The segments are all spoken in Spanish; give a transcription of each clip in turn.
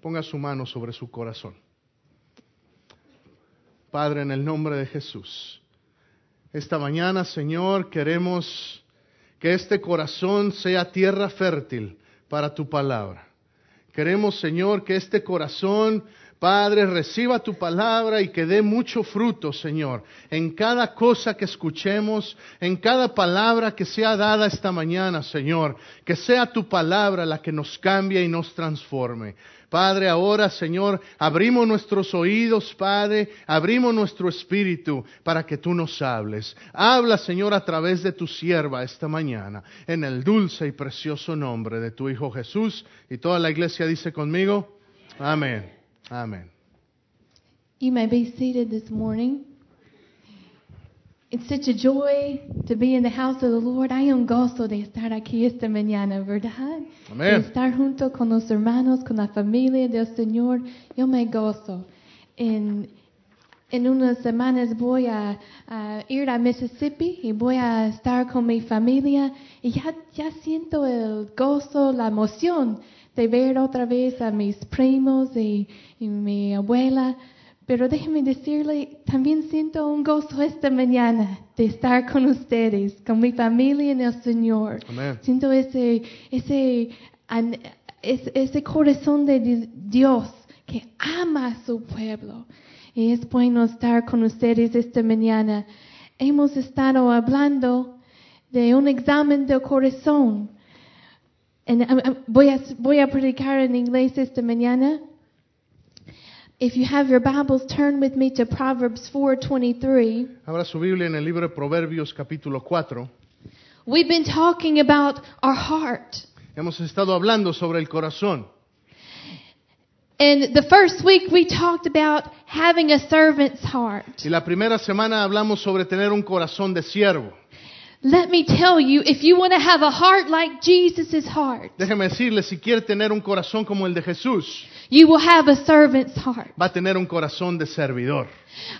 ponga su mano sobre su corazón. Padre, en el nombre de Jesús, esta mañana, Señor, queremos que este corazón sea tierra fértil para tu palabra. Queremos, Señor, que este corazón, Padre, reciba tu palabra y que dé mucho fruto, Señor, en cada cosa que escuchemos, en cada palabra que sea dada esta mañana, Señor. Que sea tu palabra la que nos cambie y nos transforme. Padre, ahora, Señor, abrimos nuestros oídos, Padre, abrimos nuestro espíritu para que tú nos hables. Habla, Señor, a través de tu sierva esta mañana, en el dulce y precioso nombre de tu Hijo Jesús. Y toda la iglesia dice conmigo, amén, amén. You may be seated this morning. It's such a joy to be in the house of the Lord. Hay un gozo de estar aquí esta mañana, ¿verdad? De Amén. estar junto con los hermanos, con la familia del Señor. Yo me gozo. En, en unas semanas voy a, a ir a Mississippi y voy a estar con mi familia. Y ya, ya siento el gozo, la emoción de ver otra vez a mis primos y, y mi abuela. Pero déjeme decirle, también siento un gozo esta mañana de estar con ustedes, con mi familia en el Señor. Amén. Siento ese, ese, an- es- ese corazón de di- Dios que ama a su pueblo. Y es bueno estar con ustedes esta mañana. Hemos estado hablando de un examen del corazón. And I'm- I'm- voy, a, voy a predicar en inglés esta mañana. If you have your Bibles, turn with me to Proverbs 4:23. Abra su Biblia en el libro de Proverbios capítulo 4. We've been talking about our heart. Hemos estado hablando sobre el corazón. And the first week we talked about having a servant's heart. Y la primera semana hablamos sobre tener un corazón de siervo. Let me tell you, if you want to have a heart like Jesus' heart, Déjeme decirle, si quiere tener un corazón como el de Jesús, you will have a servant's heart. va a tener un corazón de servidor.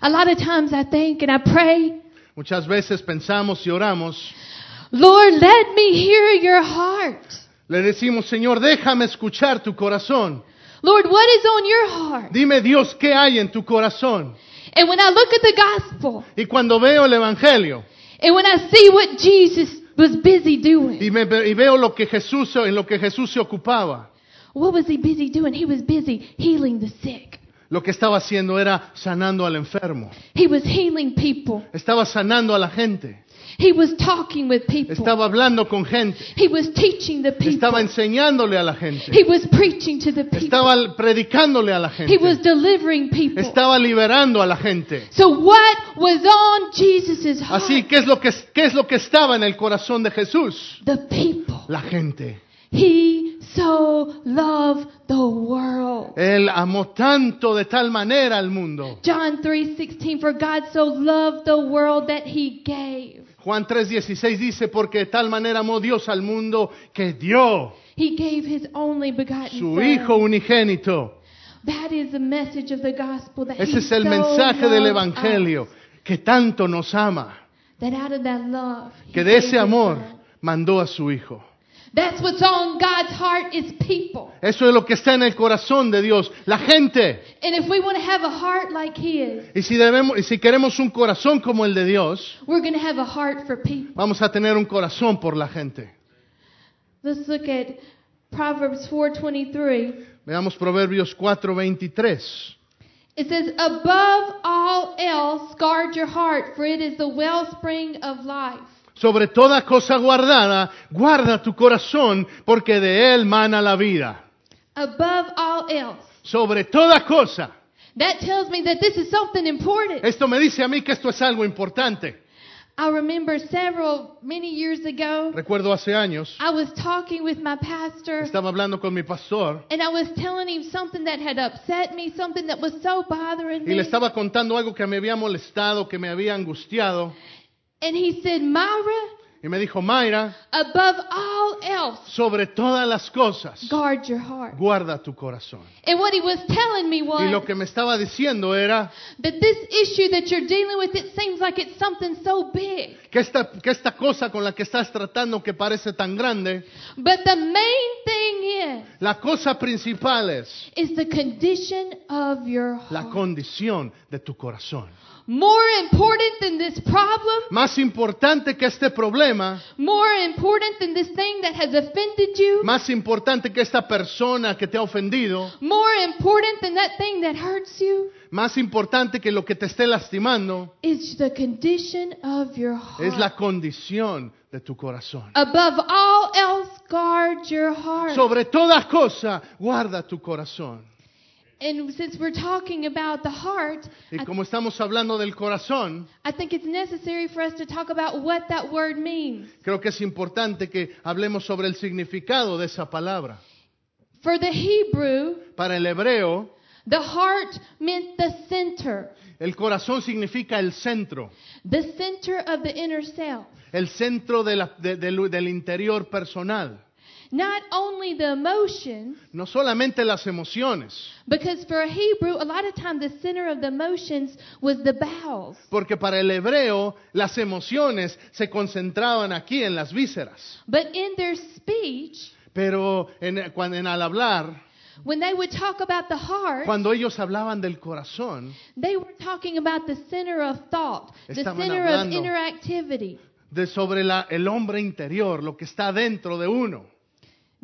A lot of times I think and I pray, Muchas veces pensamos y oramos, Lord, let me hear your heart. le decimos, Señor, déjame escuchar tu corazón. Lord, what is on your heart? Dime, Dios, ¿qué hay en tu corazón? And when I look at the gospel Y cuando veo el Evangelio and when I see what Jesus was busy doing, y, me- y veo lo que Jesús, en lo que Jesús se ocupaba, What was he busy doing? He was busy healing the sick. lo que estaba haciendo era sanando al enfermo, He was healing people. estaba sanando a la gente, He was talking with people. estaba hablando con gente, he was teaching the people. estaba enseñándole a la gente, he was preaching to the people. estaba predicándole a la he was gente, delivering people. estaba liberando a la gente. so what was on Jesus' heart? Así, ¿qué es lo que, qué es lo que estaba en el corazón de Jesús? the people. La gente. He so loved the world. Él amó tanto de tal manera al mundo. John 3:16 for God so loved the world that he gave. Juan 3:16 dice, porque de tal manera amó Dios al mundo que dio He gave his only begotten su son. Hijo unigénito. That is the message of the gospel that Ese he es el so mensaje loved del Evangelio, us, que tanto nos ama, that out of that love, he que de gave ese his amor son. mandó a su Hijo. That's what's on God's heart is people. Eso es lo que está en el corazón de Dios, la gente. And if we want to have a heart like His, Y si, debemos, y si queremos un corazón como el de Dios, we're going to have a heart for people. vamos a tener un corazón por la gente. Let's look at Proverbs 4:23. Veamos Proverbios 4:23. It says, "Above all else, guard your heart, for it is the wellspring of life." Sobre toda cosa guardada, guarda tu corazón, porque de él mana la vida. Above all else. Sobre toda cosa. That tells me that this is something important. Esto me dice a mí que esto es algo importante. I remember several many years ago, Recuerdo hace años, I was talking with my pastor estaba hablando con mi pastor and I was telling him something that had upset me, something that was so bothering y le me. estaba contando algo que me había molestado, que me había angustiado. And he said, Myra, Y me dijo, Mayra, Above all else, sobre todas las cosas, guard your heart. guarda tu corazón. And what he was telling me Y lo was que me estaba diciendo era that this issue that you're dealing with, it seems like it's something so big. que esta, que esta cosa con la que estás tratando que parece tan grande, But the main thing la cosa principal es is, is the condition of your la heart. condición de tu corazón. More important than this problem, Más importante que este problema, more important than this thing that has offended you, más importante que esta persona que te ha ofendido, more important than that thing that hurts you, más importante que lo que te esté lastimando, is the condition of your es la heart. condición de tu corazón. Above all else, guard your heart. Sobre toda cosa, guarda tu corazón. And since we're talking about the heart, Y I, como estamos hablando del corazón, I think it's necessary for us to talk about what that word means. creo que es importante que hablemos sobre el significado de esa palabra. For the Hebrew, Para el hebreo, the heart meant the center, el corazón significa el centro, the center of the inner self. el centro de la- de- del- del interior personal. Not only the emotion, No solamente las emociones, because for a Hebrew, a lot of times the center of the emotions was the bowels. porque para el hebreo las emociones se concentraban aquí en las vísceras. But in their speech, Pero en, cuando, en al hablar, when they would talk about the heart, cuando ellos hablaban del corazón, They were talking about the center of thought, the Estaban center of hablando. inner activity. de sobre la- el hombre interior, lo que está dentro de uno,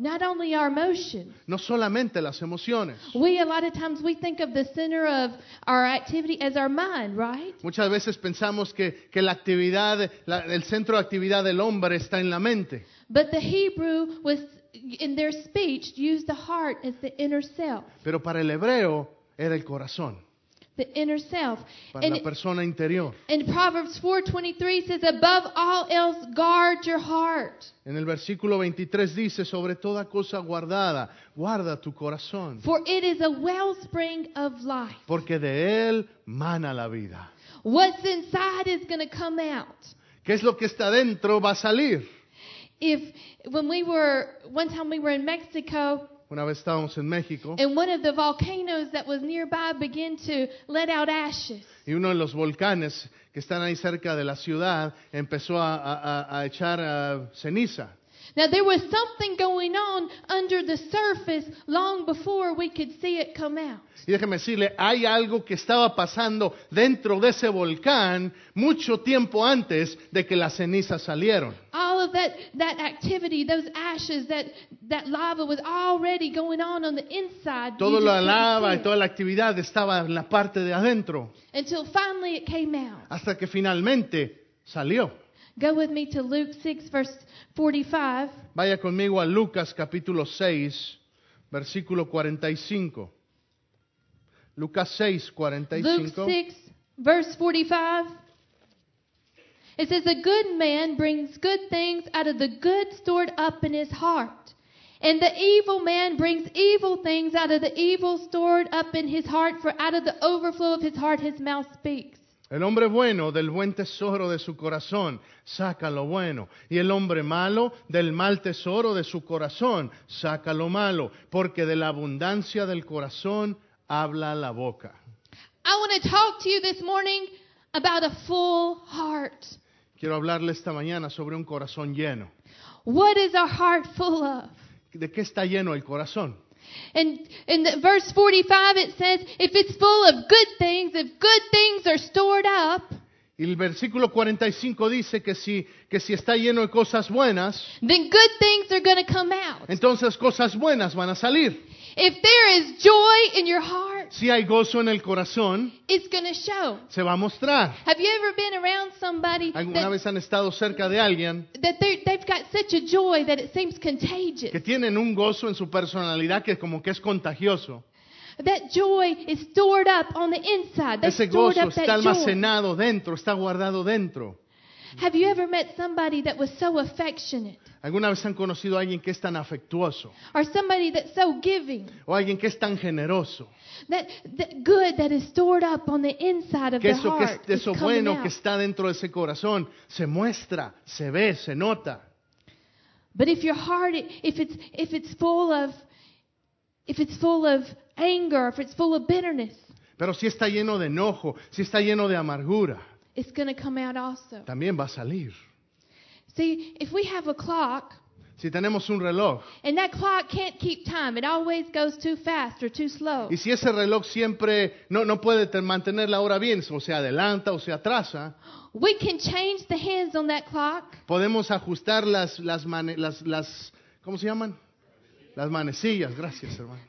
Not only our emotions. no solamente las emociones. We a lot of times we think of the center of our activity as our mind, right? Muchas veces pensamos que, que la actividad, la- el centro de actividad del hombre está en la mente, But the Hebrew was in their speech used the heart as the inner self, pero para el hebreo era el corazón, the inner self. para And la persona interior. and Proverbs 4:23 says above all else guard your heart, En el versículo 23 dice, sobre toda cosa guardada, guarda tu corazón, for it is a wellspring of life. porque de él mana la vida. What's inside is going to come out. ¿Qué es lo que está dentro? Va a salir. if when we were one time we were in Mexico Una vez estábamos en México and one of the volcanoes that was nearby began to let out ashes. y uno de los volcanes que están ahí cerca de la ciudad empezó a, a- a- a echar ah, ceniza. Now there was something going on under the surface long before we could see it come out. Y déjeme decirle, hay algo que estaba pasando dentro de ese volcán mucho tiempo antes de que las cenizas salieron. All of that, that activity, those ashes, that, that lava was already going on on the inside. You Toda just la couldn't lava see y it toda la actividad estaba en la parte de adentro. Until finally it came out. hasta que finalmente salió. Go with me to Luke 6, verse 45. Vaya conmigo a Lucas capítulo 6, versículo 45. Lucas 6, Luke 45. 6, verse 45. It says, A good man brings good things out of the good stored up in his heart. And the evil man brings evil things out of the evil stored up in his heart, for out of the overflow of his heart his mouth speaks. El hombre bueno del buen tesoro de su corazón saca lo bueno, y el hombre malo del mal tesoro de su corazón saca lo malo, porque de la abundancia del corazón habla la boca. I want to talk to you this morning about a full heart. Quiero hablarle esta mañana sobre un corazón lleno. What is our heart full of? ¿De qué está lleno el corazón? And in the, verse 45, it says, If it's full of good things, if good things are stored up, Y el versículo 45 dice que si, que si está lleno de cosas buenas, then good things are going to come out. entonces cosas buenas van a salir. If there is joy in your heart, Si hay gozo en el corazón, it's going to show. se va a mostrar. Have you ever been around somebody ¿Alguna that, vez han estado cerca de alguien that they- they've got such a joy that it seems que contagious? tienen un gozo en su personalidad que como que es contagioso? That joy is stored up on the inside. They Ese stored gozo up está that joy. almacenado dentro, está guardado dentro. Have you ever met somebody that was so affectionate? ¿Alguna vez han conocido a alguien que es tan afectuoso? Or somebody that's so giving? ¿O alguien que es tan generoso? That, that good that is stored up on the inside of Que the eso, que es- heart is eso coming bueno out. que está dentro de ese corazón se muestra, se ve, se nota. But if your heart, if it's if it's full of, if it's full of anger, if it's full of bitterness, Pero si está lleno de enojo, si está lleno de amargura, it's going to come out also. también va a salir. See, if we have a clock Si tenemos un reloj and that clock can't keep time, it always goes too fast or too slow. y si ese reloj siempre no, no puede te- mantener la hora bien, o se adelanta o se atrasa, We can change the hands on that clock. podemos ajustar las, las, mane- las, las- ¿cómo se llaman? Las manecillas, gracias hermano.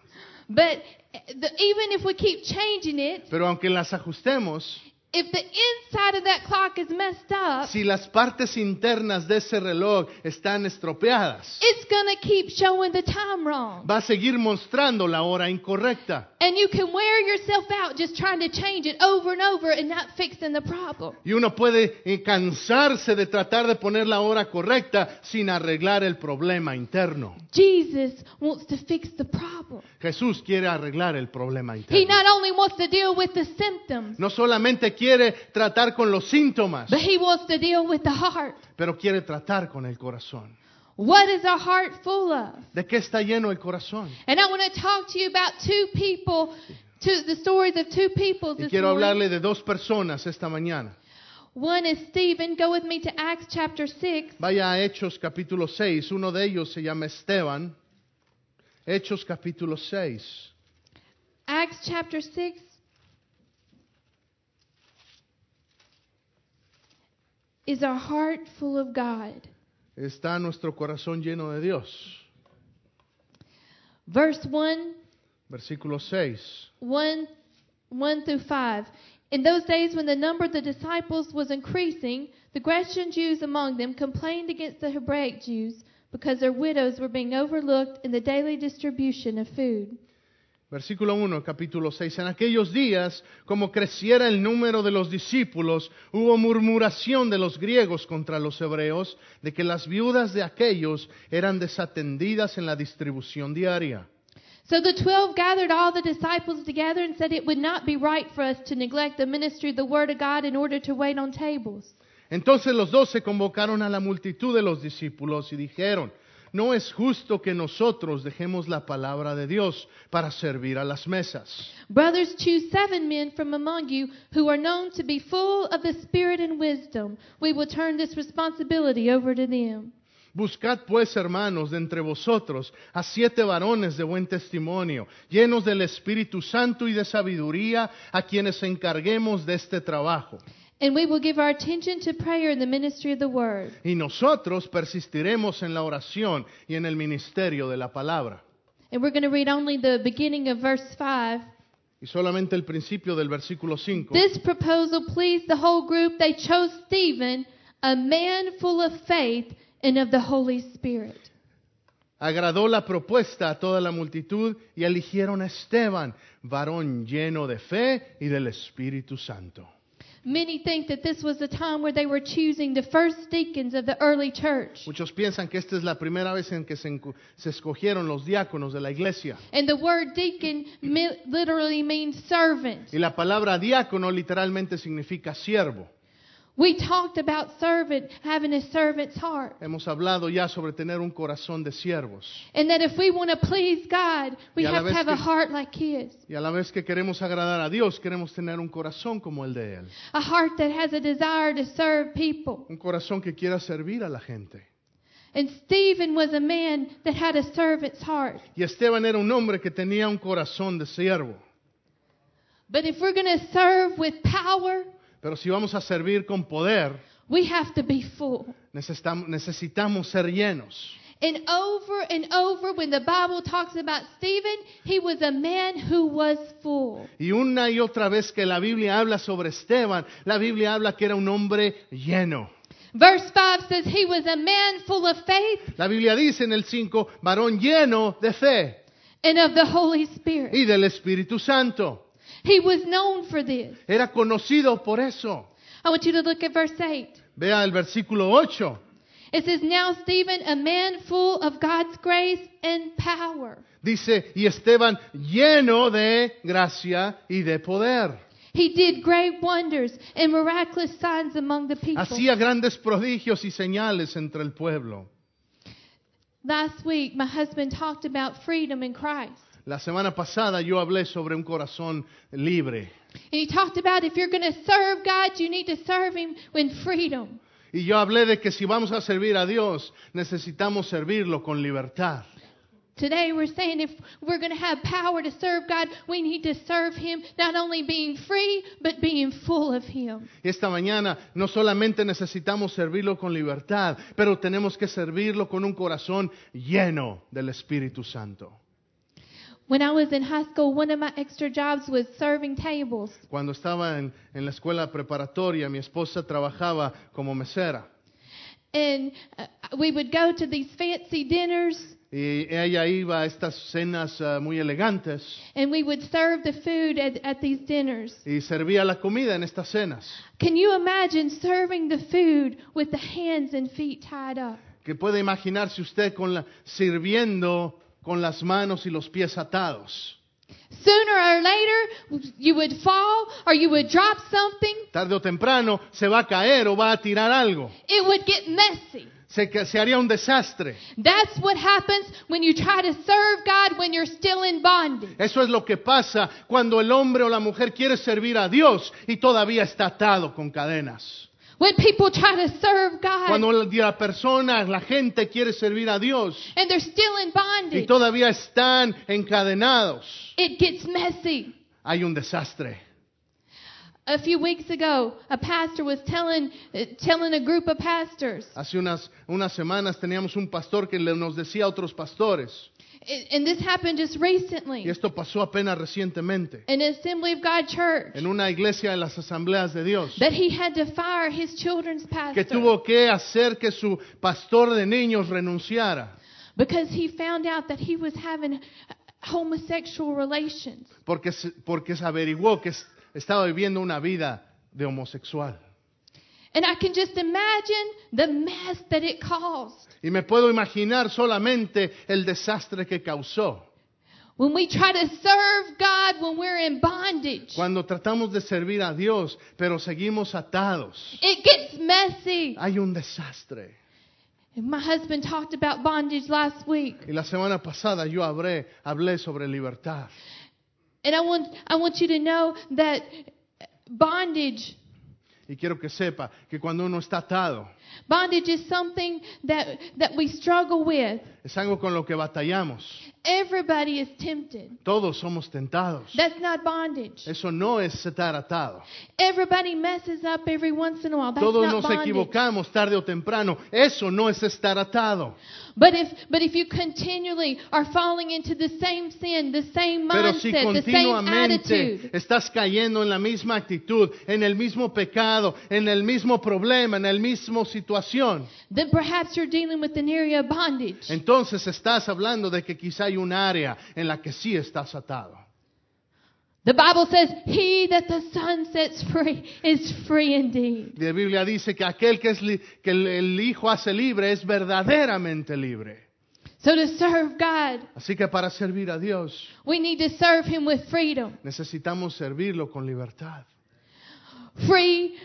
But the, even if we keep changing it, Pero aunque las ajustemos, if the inside of that clock is messed up, si las partes internas de ese reloj están estropeadas, it's going to keep showing the time wrong. va a seguir mostrando la hora incorrecta. And you can wear yourself out just trying to change it over and over and not fixing the problem. Y uno puede eh, cansarse de tratar de poner la hora correcta sin arreglar el problema interno. Jesus wants to fix the problem. Jesús quiere arreglar el problema He interno. not only wants to deal with the symptoms, No solamente quiere tratar con los síntomas, but he wants to deal with the heart. pero quiere tratar con el corazón. What is our heart full of? ¿De qué está lleno el corazón? And I want to talk to you about two people, two, the stories of two people Y this quiero morning. hablarle de dos personas esta mañana. One is Stephen. Go with me to Acts chapter 6. Vaya a Hechos capítulo 6. Uno de ellos se llama Esteban. Hechos capítulo 6. Acts chapter 6. Is our heart full of God? Está nuestro corazón lleno de Dios. Verse 1, Versículo 6. 1, 1 through 5. In those days when the number of the disciples was increasing, the Grecian Jews among them complained against the Hebraic Jews because their widows were being overlooked in the daily distribution of food. Versículo 1, capítulo 6. En aquellos días, como creciera el número de los discípulos, hubo murmuración de los griegos contra los hebreos de que las viudas de aquellos eran desatendidas en la distribución diaria. So the twelve gathered all the disciples together and said it would not be right for us to neglect the ministry of the Word of God in order to wait on tables. Entonces los doce convocaron a la multitud de los discípulos y dijeron, no es justo que nosotros dejemos la palabra de Dios para servir a las mesas. Brothers, choose seven men from among you who are known to be full of the Spirit and wisdom. We will turn this responsibility over to them. Buscad pues, hermanos, de entre vosotros a siete varones de buen testimonio, llenos del Espíritu Santo y de sabiduría, a quienes encarguemos de este trabajo. And we will give our attention to prayer and the ministry of the Word. Y nosotros persistiremos en la oración y en el ministerio de la palabra. And we're going to read only the beginning of verse 5. Y solamente el principio del versículo 5. This proposal pleased the whole group. They chose Stephen, a man full of faith and of the Holy Spirit. Agradó la propuesta a toda la multitud y eligieron a Esteban, varón lleno de fe y del Espíritu Santo. Many think that this was the time where they were choosing the first deacons of the early church. Muchos piensan que esta es la primera vez en que se, encu- se escogieron los diáconos de la iglesia. And the word deacon mi- literally means servant. Y la palabra diácono literalmente significa siervo. We talked about servant having a servant's heart. Hemos hablado ya sobre tener un corazón de siervos. And that if we want to please God, we Y a la have to vez have a que- heart like His. Y a la vez que queremos agradar a Dios, queremos tener un corazón como el de Él. A heart that has a desire to serve people. Un corazón que quiera servir a la gente. And Stephen was a man that had a servant's heart. Y Esteban era un hombre que tenía un corazón de siervo. But if we're going to serve with power, Pero si vamos a servir con poder, we have to be full. necesitam- necesitamos, ser llenos. And over and over, when the Bible talks about Stephen, he was a man who was full. Y una y otra vez que la Biblia habla sobre Esteban, la Biblia habla que era un hombre lleno. Verse 5 says he was a man full of faith La Biblia dice en el 5, varón lleno de fe and of the Holy Spirit. y del Espíritu Santo. He was known for this. Era conocido por eso. I want you to look at verse 8. Vea el versículo 8. It says, Now Stephen, a man full of God's grace and power, Dice, y Esteban lleno de gracia y de poder. he did great wonders and miraculous signs among the people. Hacía grandes prodigios y señales entre el pueblo. Last week, my husband talked about freedom in Christ. La semana pasada yo hablé sobre un corazón libre. And he talked about if you're going to serve God, you need to serve Him in freedom. Y yo hablé de que si vamos a servir a Dios, necesitamos servirlo con libertad. Today, we're saying if we're going to have power to serve God, we need to serve Him not only being free, but being full of Him. Y esta mañana no solamente necesitamos servirlo con libertad, pero tenemos que servirlo con un corazón lleno del Espíritu Santo. When I was in high school, one of my extra jobs was serving tables. Cuando estaba en, en la escuela preparatoria, mi esposa trabajaba como mesera. And uh, we would go to these fancy dinners Y ella iba a estas cenas ah, muy elegantes and we would serve the food at, at these dinners. y servía la comida en estas cenas. Can you imagine serving the food with the hands and feet tied up? Que puede imaginarse usted con la- sirviendo con las manos y los pies atados. Sooner or later, you would fall or you would drop something. Tarde o temprano se va a caer o va a tirar algo. It would get messy. Se, ca- se haría un desastre. That's what happens when you try to serve God when you're still in bondage. Eso es lo que pasa cuando el hombre o la mujer quiere servir a Dios y todavía está atado con cadenas. When people try to serve God Cuando la- la persona, la gente quiere servir a Dios and they're still in y bondage, todavía están encadenados, it gets messy. hay un desastre. A few weeks ago, a pastor was telling uh, telling a group of pastors, Hace unas, unas semanas teníamos un pastor que le- nos decía a otros pastores, and- and this happened just y recently esto pasó apenas recientemente, in an Assembly of God church, en una iglesia de las asambleas de Dios, that he had to fire his children's pastor que tuvo que hacer que su pastor de niños renunciara, because he found out that he was having homosexual relations. porque se, porque se averiguó que es- estaba viviendo una vida de homosexual. And I can just imagine the mess that it caused. Y me puedo imaginar solamente el desastre que causó. When we try to serve God when we're in bondage, Cuando tratamos de servir a Dios, pero seguimos atados, it gets messy. hay un desastre. And my husband talked about bondage last week. Y la semana pasada yo hablé, hablé sobre libertad. And I want, I want you to know that bondage, Y quiero que sepa que cuando uno está atado, bondage is something that, that we struggle with. es algo con lo que batallamos. Everybody is tempted. Todos somos tentados. That's not bondage. Eso no es estar atado. Everybody messes up every once in a while. That's Todos not nos bondage. equivocamos tarde o temprano. Eso no es estar atado. But if, but if you continually are falling into the same sin, the same Pero si mindset, the same continuamente attitude, estás cayendo en la misma actitud, en el mismo pecado, en el mismo problema, en la misma situación, then perhaps you're dealing with an area of bondage. entonces estás hablando de que quizá hay un área en la que sí estás atado. The Bible says, He that the Son sets free is free indeed. La Biblia dice que aquel que, es li- que el, el Hijo hace libre es verdaderamente libre. So to serve God, Así que para servir a Dios we need to serve Him with freedom. necesitamos servirlo con libertad, Free,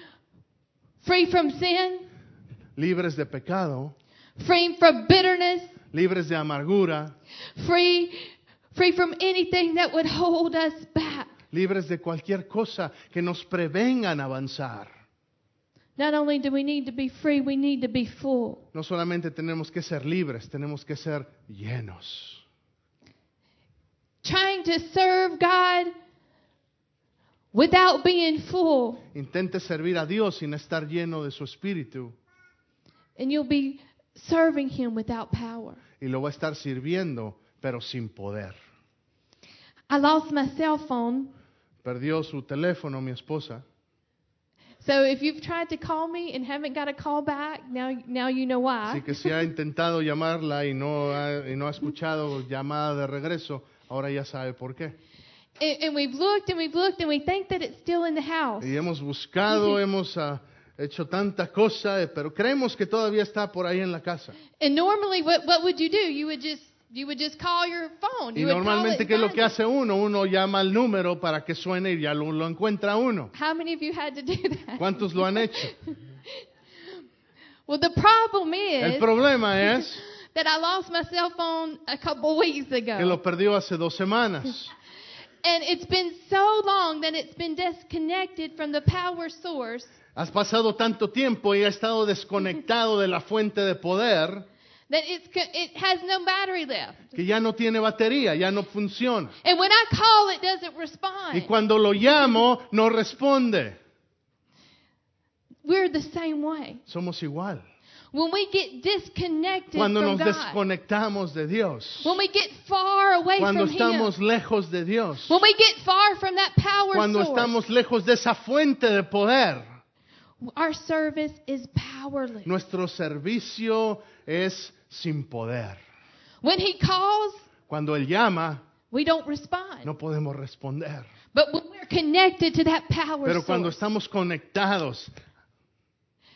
free from sin, libres de pecado, free from bitterness, libres de amargura, free, free from anything that would hold us back. libres de cualquier cosa que nos prevengan avanzar. Not only do we need to be free, we need to be full. No solamente tenemos que ser libres, tenemos que ser llenos. Trying to serve God without being full, Intente servir a Dios sin estar lleno de su espíritu and you'll be serving Him without power. y lo va a estar sirviendo, pero sin poder. I lost my cell phone. Perdió su teléfono mi esposa. So if you've tried to call me and haven't got a call back, now now you know why. Así que si ha intentado llamarla y no ha, y no ha escuchado llamada de regreso, ahora ya sabe por qué. And, and we've looked and we've looked and we think that it's still in the house. Y hemos buscado, hemos ah, hecho tanta cosa, eh, pero creemos que todavía está por ahí en la casa. And normally, what, what would you do? You would just you would just call your phone. Y You would call it normalmente, and ¿qué es lo find que it. hace uno? Uno llama al número para que suene y ya lo, lo encuentra uno. How many of you had to do that? ¿Cuántos lo han hecho? Well, the problem El is problema es that I lost my cell phone a couple weeks ago, que lo perdió hace dos semanas. and it's been so long that it's been disconnected from the power source Has pasado tanto tiempo y ha estado desconectado de la fuente de poder that it's co- it has no battery left. que ya no tiene batería, ya no funciona. And when I call, it doesn't Y respond. cuando lo llamo, no responde. We're the same way. Somos igual. When we get disconnected Cuando from nos God, desconectamos de Dios, when we get far away cuando from estamos Him, lejos de Dios, when we get far from that power cuando source, estamos lejos de esa fuente de poder, our service is powerless. nuestro servicio es sin poder. When He calls, Cuando Él llama, we don't respond. no podemos responder. But when we're connected to that power Pero cuando source, estamos conectados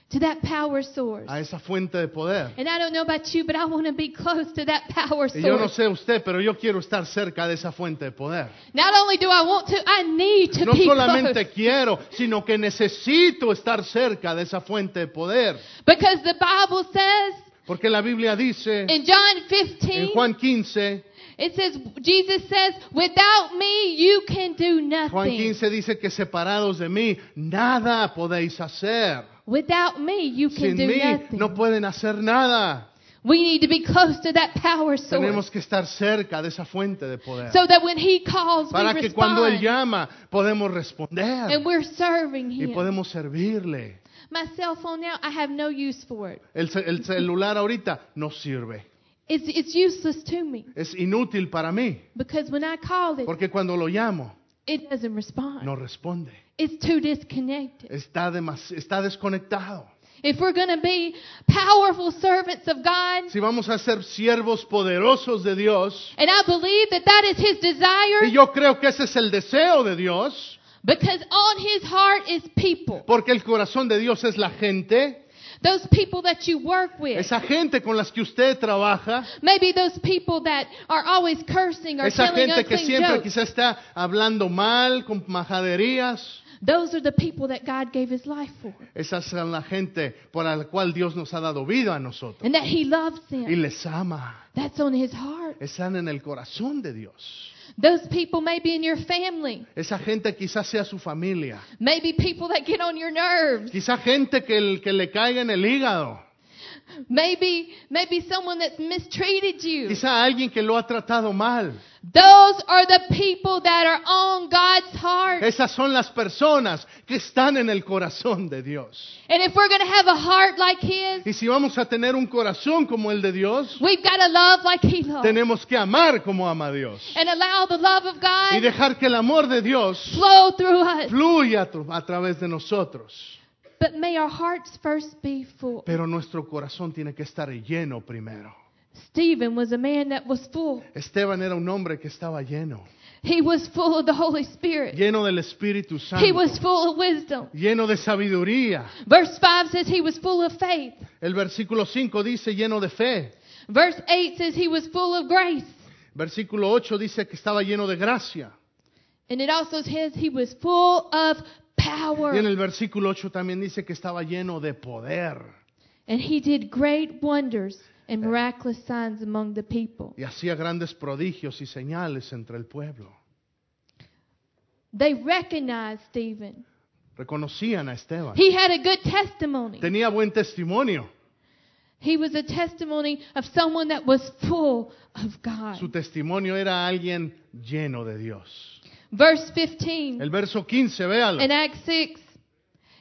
to that power source, a esa fuente de poder, and I don't know about you, but I want to be close to that power source. Y yo no sé usted, pero yo quiero estar cerca de esa fuente de poder. Not only do I want to, I need to No be solamente close. quiero, sino que necesito estar cerca de esa fuente de poder. Because the Bible says Porque la Biblia dice in John en 15, Juan 15, it says, Jesus says, without me, you can do Juan nothing. 15 dice que separados de mí, nada podéis hacer. Without me, you Sin can do mí nothing. no pueden hacer nada. We need to be close to that power source Tenemos que estar cerca de esa fuente de poder. so that when He calls, Para we que cuando Él respond llama, podemos and responder we're serving y Him. podemos servirle. My cell phone now, I have no use for it. El ce- el celular ahorita no sirve. It's, it's useless to me es inútil para mí, because when I call it, porque cuando lo llamo it doesn't respond. no responde, It's too disconnected. está, demas- está desconectado. If we're going to be powerful servants of God, Si vamos a ser siervos poderosos de Dios, and I believe that that is His y desire yo creo que ese es el deseo de Dios, because on His heart is people. porque el corazón de Dios es la gente, Those people that you work with. esa gente con las que usted trabaja, Maybe those people that are always cursing or esa telling gente que unclean siempre jokes. quizá está hablando mal, con majaderías, Those are the people that God gave His life for, esas son la gente por la cual Dios nos ha dado vida a nosotros and that He loves y them. les ama, That's on His heart. están en el corazón de Dios. Those people may be in your family, Esa gente quizás sea su familia. maybe people that get on your nerves, Quizá gente que, el- que le caiga en el hígado. maybe maybe someone that's mistreated you. Quizá alguien que lo ha tratado mal. Those are the people that are on God's heart. Esas son las personas que están en el corazón de Dios. And if we're going to have a heart like His, Y si vamos a tener un corazón como el de Dios, we've got to love like He loves, tenemos que amar como ama Dios. and allow the love of Y God dejar que el amor de Dios flow through us. fluya a tr- a través de nosotros. But may our hearts first be full. Pero nuestro corazón tiene que estar lleno primero. Stephen was a man that was full. Esteban era un hombre que estaba lleno, He was full of the Holy Spirit. lleno del Espíritu He was Santo, full of wisdom. lleno de sabiduría. Verse 5 says he was full of faith. El versículo 5 dice lleno de fe. Verse 8 says he was full of grace. Versículo 8 dice que estaba lleno de gracia. And it also says he was full Y en of power. el versículo 8 también dice que estaba lleno de poder. And he did great wonders and miraculous signs among the people. Y hacía grandes prodigios y señales entre el pueblo. They recognized Stephen. Reconocían a Esteban. He had a good testimony. Tenía buen testimonio. He was a testimony of someone that was full of God. Su testimonio era alguien lleno de Dios. Verse 15 El verso 15, véalo. in Acts 6.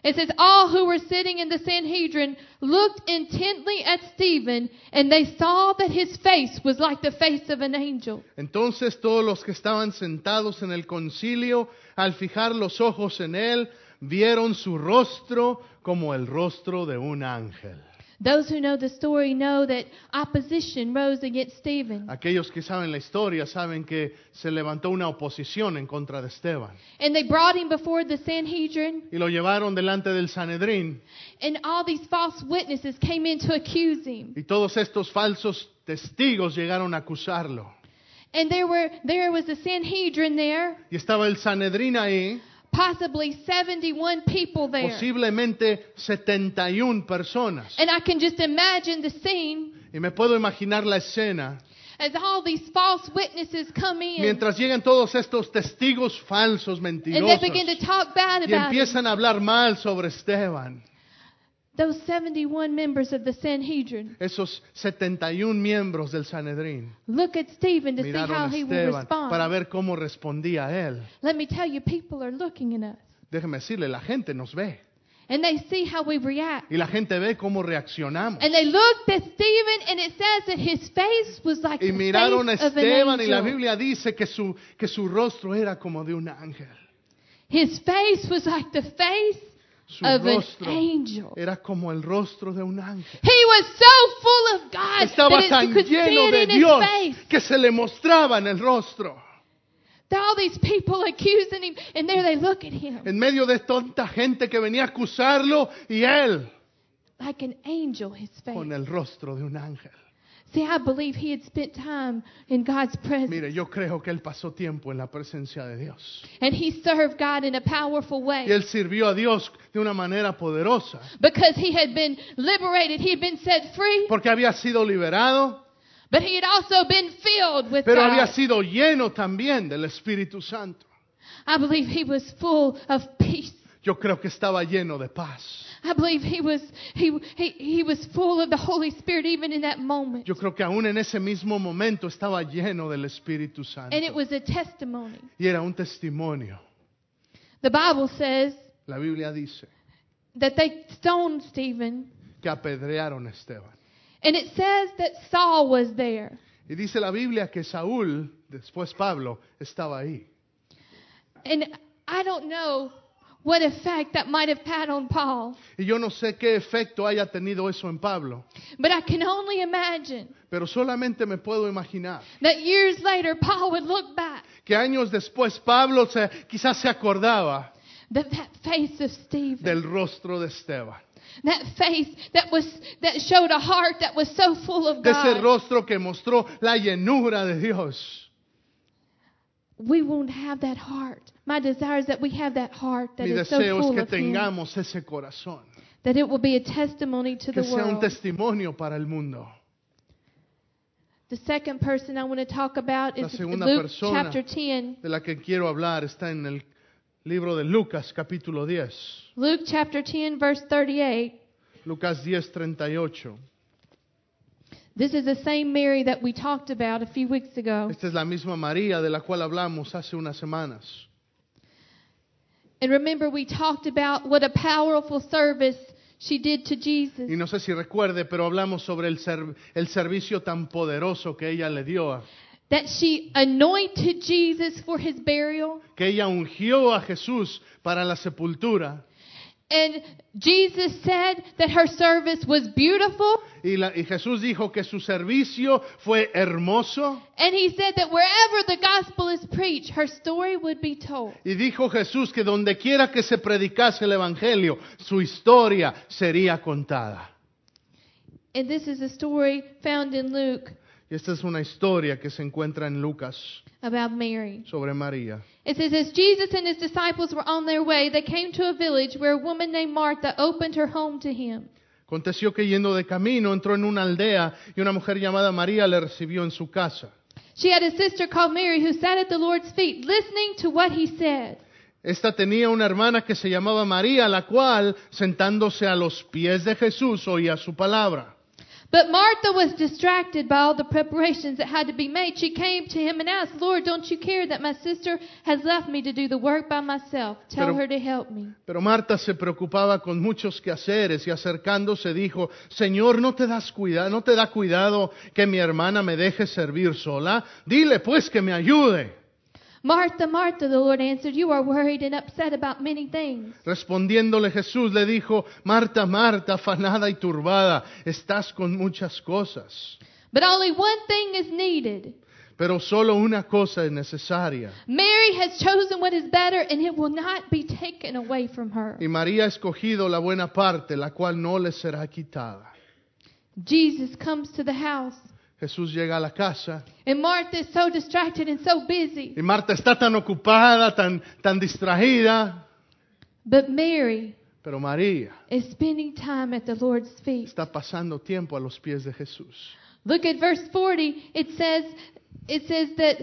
It says, All who were sitting in the Sanhedrin looked intently at Stephen, and they saw that his face was like the face of an angel. Entonces todos los que estaban sentados en el concilio, al fijar los ojos en él, vieron su rostro como el rostro de un ángel. Those who know the story know that opposition rose against Stephen. Aquellos que saben la historia saben que se levantó una oposición en contra de Esteban And they brought him before the Sanhedrin, y lo llevaron delante del Sanedrín and all these false witnesses came in to accuse him. y todos estos falsos testigos llegaron a acusarlo. And there were there was the Sanhedrin there, Y estaba el Sanedrín ahí, possibly 71 people there. posiblemente 71 personas. And I can just imagine the scene Y me puedo imaginar la escena as all these false witnesses come in mientras llegan todos estos testigos falsos, and they mentirosos, begin to talk bad y about him. empiezan a hablar mal sobre Esteban. Those 71 members of the Sanhedrin Esos 71 miembros del Sanedrín look at Stephen to see miraron how a he will Esteban respond. para ver cómo respondía él. Let me tell you, people are looking at us Déjeme decirle, la gente nos ve and they see how we react. y la gente ve cómo reaccionamos. And they looked at Stephen and it says that his face was like Y the miraron a face of an Esteban y la angel. Biblia dice que su, que su rostro era como de un ángel. His face was like the face Su of an rostro Eh. angel. era como el rostro de un ángel. He was so full of God Estaba that it, tan you could see lleno it de in Dios his face. que se le mostraba en el rostro. There all these people accusing him, and there they look at him En medio de tanta gente que venía a acusarlo y él like an angel. His face. con el rostro de un ángel. See, I believe he had spent time in God's presence, Mire, yo creo que él pasó tiempo en la presencia de Dios. and he served God in a powerful way. Y él sirvió a Dios de una manera poderosa. Because he had been liberated, he had been set free, Porque había sido liberado, but he had also been filled with pero God. había sido lleno también del Espíritu Santo. I believe he was full of peace. Yo creo que estaba lleno de paz. I believe he was he, he he was full of the Holy Spirit even in that moment. Yo creo que aún en ese mismo momento estaba lleno del Espíritu Santo. And it was a testimony. Y era un testimonio. The Bible says La Biblia dice that they stoned Stephen, que apedrearon a Esteban. and it says that Saul was there. Y dice la Biblia que Saúl, después Pablo, estaba ahí. And I don't know what effect that might have had on Paul, Y yo no sé qué efecto haya tenido eso en Pablo, but I can only imagine pero solamente me puedo imaginar that years later Paul would look back que años después Pablo se- quizás se acordaba that that face of Stephen, del rostro de Esteban, that face that was that showed a heart that was so full of de ese God. rostro que mostró la llenura de Dios. We won't have that heart. My desire is that we have that heart that Mi is so deseo es full que of Him, tengamos ese corazón, that it will be a testimony to que the sea un world. testimonio para el mundo. The second person I want to talk about La is segunda Luke persona. chapter 10. De la que quiero hablar está en el libro de Lucas capítulo 10. Luke chapter 10, verse 38. Lucas 10, 38. This is the same Mary that we talked about a few weeks ago. Esta es la misma María de la cual hablamos hace unas semanas. And remember, we talked about what a powerful service she did to Y Jesus. no sé si recuerde, pero hablamos sobre el, ser- el servicio tan poderoso que ella le dio, a- That she anointed Jesus for his burial. que ella ungió a Jesús para la sepultura. And Jesus said that her service was beautiful. Y, la- y Jesús dijo que su servicio fue hermoso. And he said that wherever the gospel is preached, her story would be told. Y dijo Jesús que donde quiera que se predicase el Evangelio, su historia sería contada. And this is a story found in Luke Y esta es una historia que se encuentra en Lucas about Mary. sobre María. It says, As Jesus and his disciples were on their way, they came to a village where a woman named Martha opened her home to him. Aconteció que yendo de camino entró en una aldea y una mujer llamada María le recibió en su casa. She had a sister called Mary who sat at the Lord's feet, listening to what he said. Esta tenía una hermana que se llamaba María, la cual, sentándose a los pies de Jesús, oía su palabra. But Martha was distracted by all the preparations that had to be made. She came to him and asked, Lord, don't you care that my sister has left me to do the work by myself? Tell Pero- her to help me. Pero Marta se preocupaba con muchos quehaceres y acercándose dijo, Señor, ¿no te das cuidado, no te da cuidado que mi hermana me deje servir sola? Dile pues que me ayude. Martha, Martha, the Lord answered, you are worried and upset about many things. Respondiéndole Jesús le dijo, Marta, Marta, afanada y turbada, estás con muchas cosas, But only one thing is needed. pero solo una cosa es necesaria. Mary has chosen what is better, and it will not be taken away from her. Y María ha escogido la buena parte, la cual no le será quitada. Jesus comes to the house, Jesús llega a la casa and Martha is so distracted and so busy. y Marta está tan ocupada, tan, tan distraída, But Mary pero María is spending time at the Lord's feet. está pasando tiempo a los pies de Jesús. Look at verse 40. It says, it says that,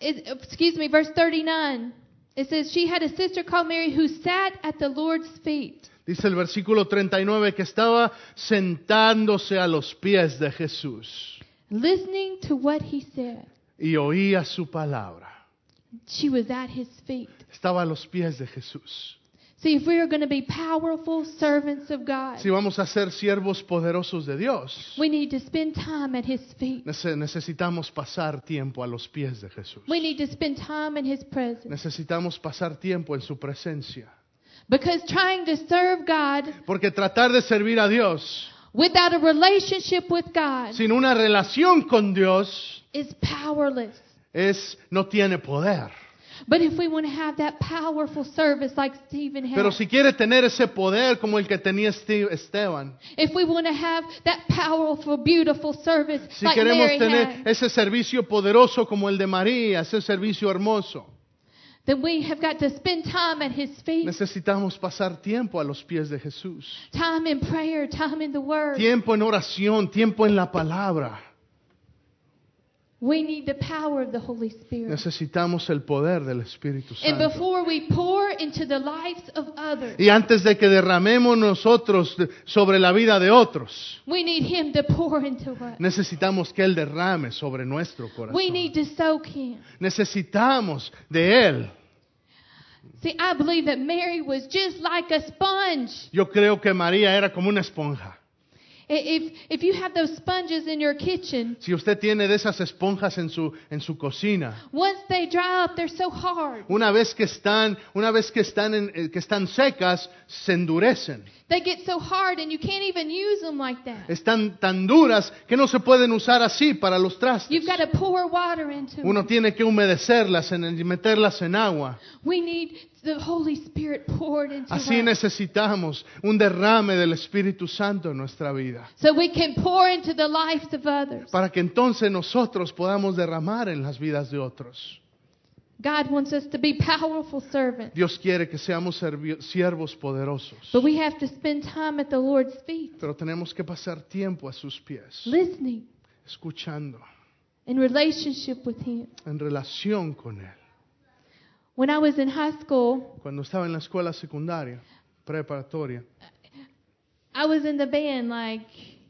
it, excuse me, verse 39. It says, She had a sister called Mary who sat at the Lord's feet. Dice el versículo 39 que estaba sentándose a los pies de Jesús listening to what he said. y oía su palabra. She was at his feet. Estaba a los pies de Jesús. See, if we are going to be powerful servants of God, Si vamos a ser siervos poderosos de Dios, we need to spend time at his feet. nece- necesitamos pasar tiempo a los pies de Jesús. We need to spend time in his presence. Necesitamos pasar tiempo en su presencia. Because trying to serve God Porque tratar de servir a Dios without a relationship with God sin una relación con Dios is powerless. es no tiene poder. But if we want to have that powerful service like Stephen had, Pero si quiere tener ese poder como el que tenía Este- Esteban, if we want to have that powerful, beautiful service si like queremos Mary tener had, ese servicio poderoso como el de María, ese servicio hermoso, then we have got to spend time at his feet. necesitamos pasar tiempo a los pies de Jesús. Time in prayer, time in the Word. Tiempo en oración, tiempo en la palabra. We need the power of the Holy Spirit. Necesitamos el poder del Espíritu And Santo. before we pour into the lives of others, Y antes de que derramemos nosotros de- sobre la vida de otros, we need Him to pour into us. necesitamos que Él derrame sobre nuestro We corazón. need to soak Him. Necesitamos de Él. See, I believe that Mary was just like a sponge. Yo creo que María era como una esponja. I- If, if you have those sponges in your kitchen, Si usted tiene de esas esponjas en su, en su cocina, once they dry up, they're so hard. una vez que están, una vez que están, en- eh, que están secas, se endurecen. They get so hard and you can't even use them like that. Están tan duras que no se pueden usar así para los trastes. You've got to pour water into Uno them. tiene que humedecerlas en- y meterlas en agua. We need the Holy Spirit poured into Así us. necesitamos un derrame del Espíritu Santo en nuestra vida, so we can pour into the lives of others. para que entonces nosotros podamos derramar en las vidas de otros. God wants us to be powerful servants, Dios quiere que seamos servi- siervos poderosos, but we have to spend time at the Lord's feet, pero tenemos que pasar tiempo a sus pies, listening escuchando, in relationship with Him. en relación con Él. When I was in high school, Cuando estaba en la escuela secundaria, preparatoria, I was in the band like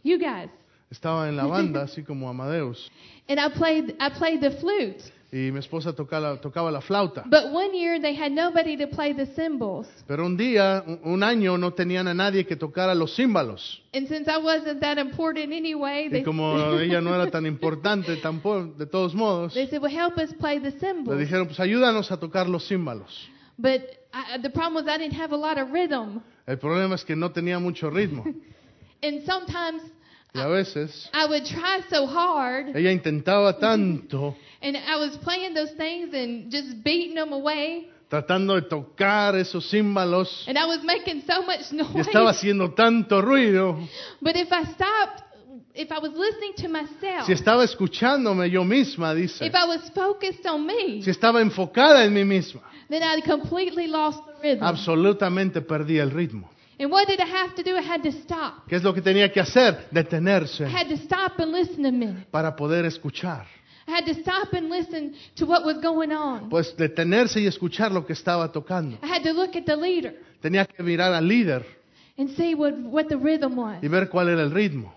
you guys, estaba en la banda, así como Amadeus, and I played I played the flute. y mi esposa tocaba, tocaba la flauta. But one year they had nobody to play the cymbals, Pero un día, un- un año, no tenían a nadie que tocara los címbalos. and since I wasn't that important anyway, Y they como ella no era tan importante tampoco, de todos modos, they said, "Well, help us play the le cymbals." dijeron, pues ayúdanos a tocar los címbalos. But I, the problem was I didn't have a lot of rhythm, El problema es que no tenía mucho ritmo. and sometimes Y a veces I would try so hard. ella intentaba tanto, And I was playing those things and just beating them away. tratando de tocar esos címbalos, And I was making so much y estaba noise. haciendo tanto ruido. But if I stopped, if I was listening to myself, Si estaba escuchándome yo misma, dice, if I was focused on me, si estaba enfocada en mí misma, then I completely lost the rhythm. absolutamente perdía el ritmo. And what did I have to do? I had to stop. ¿Qué es lo que tenía que hacer? Detenerse I had to stop and listen a minute. para poder escuchar. I had to stop and listen to what was going on. Pues detenerse y escuchar lo que estaba tocando. I had to look at the leader Tenía que mirar al líder and see what, what the rhythm was. y ver cuál era el ritmo.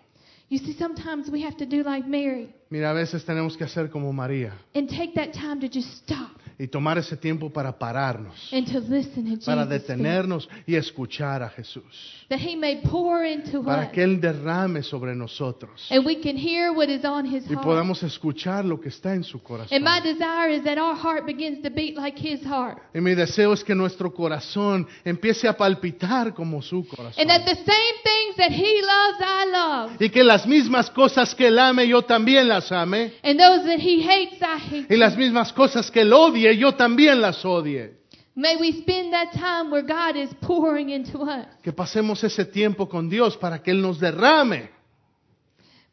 You see, sometimes we have to do like Mary Mira, a veces tenemos que hacer como María and take that time to just stop y tomar ese tiempo para pararnos, and to listen to Jesus. para speak, detenernos y escuchar a Jesús, that he may pour into para us. que Él derrame sobre nosotros and we can hear what is on his y heart. podamos escuchar lo que está en su corazón. and my desire is that our heart begins to beat like his heart. Y mi deseo es que nuestro corazón empiece a palpitar como su corazón. And that the same things that he loves, I love. Y que las mismas cosas que Él ame, yo también las ame. And those that he hates, I hate. Y las mismas cosas que Él odie, yo también las odie. May we spend that time where God is pouring into us. Que pasemos ese tiempo con Dios para que Él nos derrame.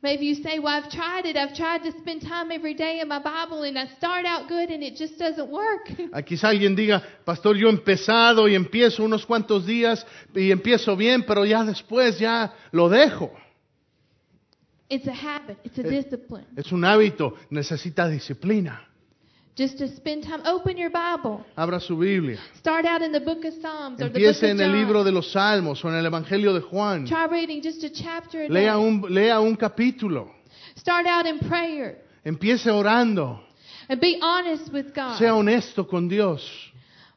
Maybe you say, Well, I've tried it. I've tried to spend time every day in my Bible, and I start out good, and it just doesn't work. Ah, Quizá alguien diga, pastor, yo he empezado y empiezo unos cuantos días y empiezo bien, pero ya después ya lo dejo. It's a habit, it's a Eh. discipline. Es un hábito, necesita disciplina. Just to spend time. Open your Bible. Abra su Biblia. Start out in the book of Psalms or the book of Empiece en el libro John. de los Salmos o en el Evangelio de Juan. Try reading just a chapter a Lea day. un, lea un capítulo. Start out in prayer Empiece orando. and be honest with Sea God. honesto con Dios.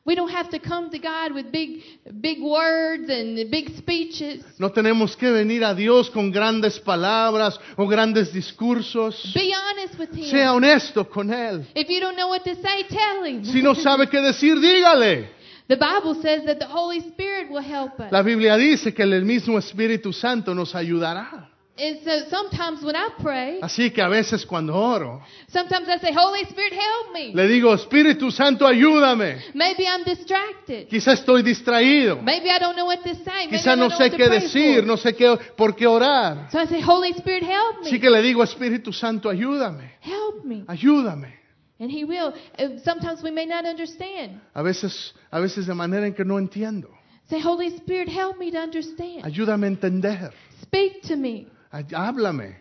We don't have to come to God with big, big words and big speeches. No tenemos que venir a Dios con grandes palabras o grandes discursos. Be honest with Sea Him. honesto con Él. If you don't know what to say, tell Him. Si no sabe qué decir, dígale. The Bible says that the Holy Spirit will help us. La Biblia dice que el mismo Espíritu Santo nos ayudará. And so sometimes when I pray, Así que a veces cuando oro, sometimes I say, Holy Spirit, help me. le digo, Espíritu Santo, ayúdame. Maybe I'm distracted. Quizá estoy distraído. Maybe I don't know what to say. Maybe I Quizá don't no know sé what to qué pray decir, for. no sé qué, por qué orar. So I say, Holy Spirit, help Así me. que le digo, Espíritu Santo, ayúdame. Help me. Ayúdame. And He will. Uh, Sometimes we may not understand. A veces, a veces de manera en que no entiendo. Say, Holy Spirit, help me to understand. Ayúdame a entender. Speak to me. Ay- Háblame.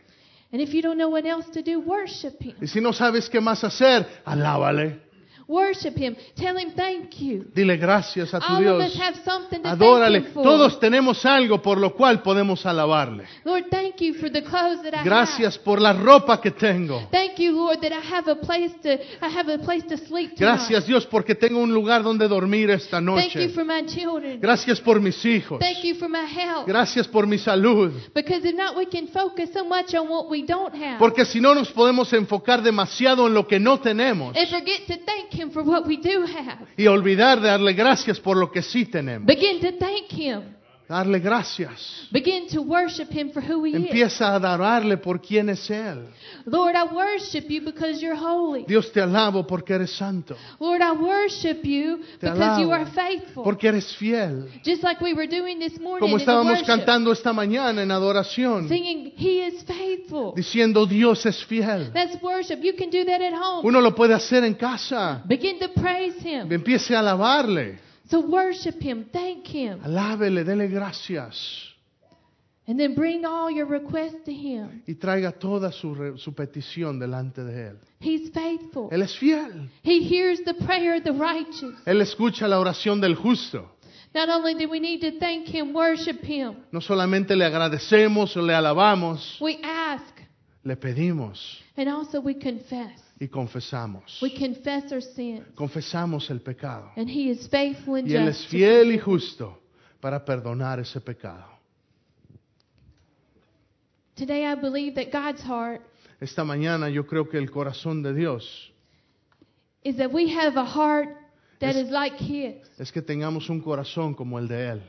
And if you don't know what else to do, worship Him. Y si no sabes qué más hacer, alábale. Worship Him. Tell Him thank you. Dile gracias a tu All of us Dios. have something to Adórale. thank Him for. Todos tenemos algo por lo cual podemos alabarle. Lord, thank you for the clothes that I have. Gracias por la ropa que tengo. Thank you, Lord, that I have a place to I have a place to sleep tonight. Gracias Dios porque tengo un lugar donde dormir esta Thank you noche. for my children. Gracias por mis hijos. Thank you for my health. Gracias por mi salud. Because if not, we can focus so much on what we don't have Porque si no nos podemos enfocar demasiado en lo que no tenemos and forget to thank Him for what we do have. y olvidar de darle gracias por lo que sí tenemos. Begin to thank Him. Darle gracias. Begin to worship Him for who He is. Empieza a adorarle por quién es Él. Lord, I worship You because You're holy. Dios te alabo porque eres santo, Lord, I worship You Te because You alabo. are faithful. porque eres fiel. Just like we were doing this morning Como in the estábamos worship, cantando esta mañana en adoración, singing He is faithful. diciendo Dios es fiel. That's worship. You can do that at home. Uno lo puede hacer en casa. Begin to praise Him. Empiece a alabarle, So worship Him, thank Him, alábele, dele gracias and then bring all your requests to Him. y traiga toda su, re- su petición delante de Él. He's faithful. Él es fiel. He hears the prayer of the righteous. Él escucha la oración del justo. Not only do we need to thank Him, worship Him, No solamente le agradecemos o le alabamos, we ask le pedimos and also we confess. y confesamos. We confess our sins, Confesamos el pecado. and He is faithful and Y Él es just. fiel y justo para perdonar ese pecado. Today, I believe that God's heart Esta mañana yo creo que el corazón de Dios is that we have a heart that Es- is like His. es que tengamos un corazón como el de Él.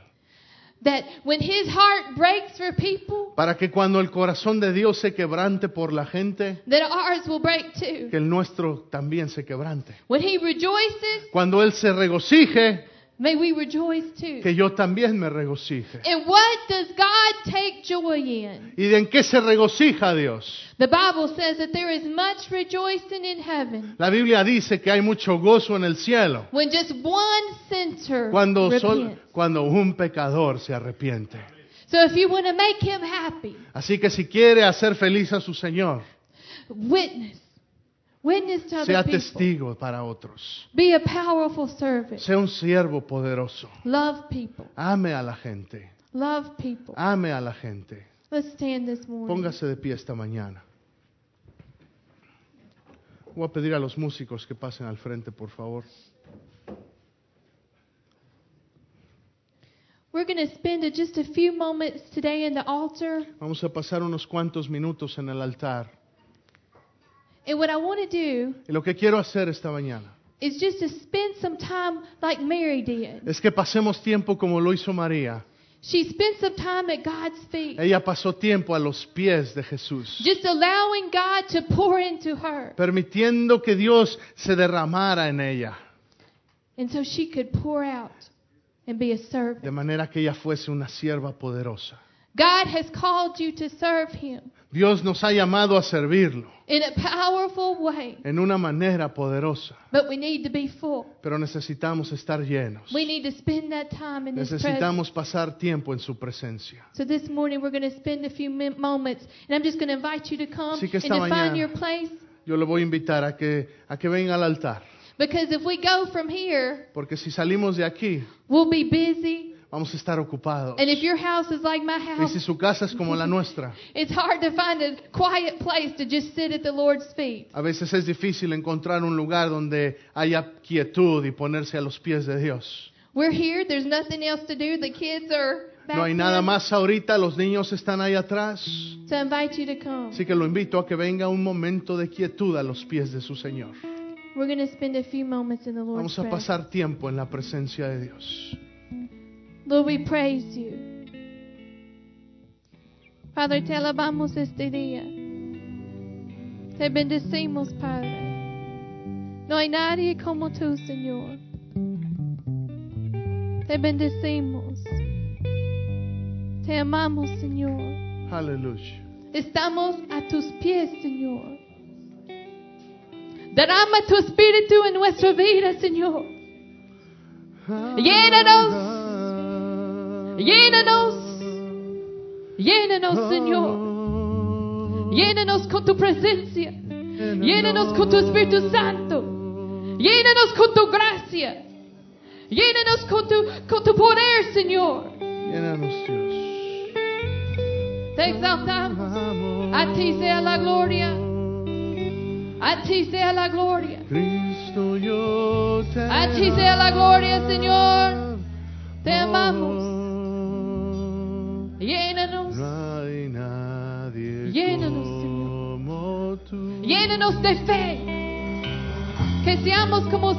That when His heart breaks for people, Para que cuando el corazón de Dios se quebrante por la gente, that ours will break too. que el nuestro también se quebrante. When He rejoices, Cuando Él se regocije, May we rejoice too. que yo también me regocije. And what does God take joy in? ¿Y de en qué se regocija Dios? The Bible says that there is much rejoicing in heaven La Biblia dice que hay mucho gozo en el cielo when just one sinner cuando, sol- repents. cuando un pecador se arrepiente. So if you want to make him happy, Así que si quiere hacer feliz a su Señor, witness. Witness to sea other people. testigo para otros. Be a powerful servant. Sea un siervo poderoso. Love people. Ame a la gente. Love people. Ame a la gente. Let's stand this morning. Póngase de pie esta mañana. Voy a pedir a los músicos que pasen al frente, por favor. We're going to spend a- just a few moments today in the altar. Vamos a pasar unos cuantos minutos en el altar. And what I want to do Y lo que quiero hacer esta mañana is just to spend some time like Mary did. es que pasemos tiempo como lo hizo María. She spent some time at God's feet, Ella pasó tiempo a los pies de Jesús, just allowing God to pour into her. permitiendo que Dios se derramara en ella, And so she could pour out and be a de servant. manera que ella fuese una sierva poderosa. God has called you to serve Him Dios nos ha llamado a servirlo in a powerful way, en una manera poderosa, but we need to be full. pero necesitamos estar llenos. We need to spend that time in His presence. Necesitamos pasar tiempo en su presencia. So this morning we're going to spend a few min- moments, and I'm just going to invite you to come Así que and esta to find mañana- your place. Yo le voy a invitar a que, a que venga al altar, Because if we go from here, porque si salimos de aquí, we'll be busy. vamos a estar ocupados. And if your house is like my Y house, si su casa es como la nuestra, it's hard to find a quiet place to just sit at the Lord's feet. a veces es difícil encontrar un lugar donde haya quietud y ponerse a los pies de Dios. We're here, there's nothing else to do. The kids are back No hay there. nada más ahorita, los niños están ahí atrás. So I invite you to come. Así que lo invito a que venga un momento de quietud a los pies de su Señor. We're going to spend a few moments in the Lord's Vamos a presence. pasar tiempo en la presencia de Dios. Lord, we praise you. Padre, te alabamos este día. Te bendecimos, Padre. No hay nadie como tú, Señor. Te bendecimos. Te amamos, Señor. Aleluya. Estamos a tus pies, Señor. Derrama tu espíritu en nuestra vida, Señor. Llénanos. Llénanos. Llénanos, Señor. Llénanos con tu presencia. Llénanos con tu Espíritu Santo. Llénanos con tu gracia. Llénanos con tu, con tu poder, Señor. Llénanos, Dios. Te exaltamos. A ti sea la gloria. A ti sea la gloria. Cristo, yo te A ti sea la gloria, Señor. Te amamos. amamos. Llénanos. No hay nadie Llénanos, como tú. Llénanos de fe. Que seamos como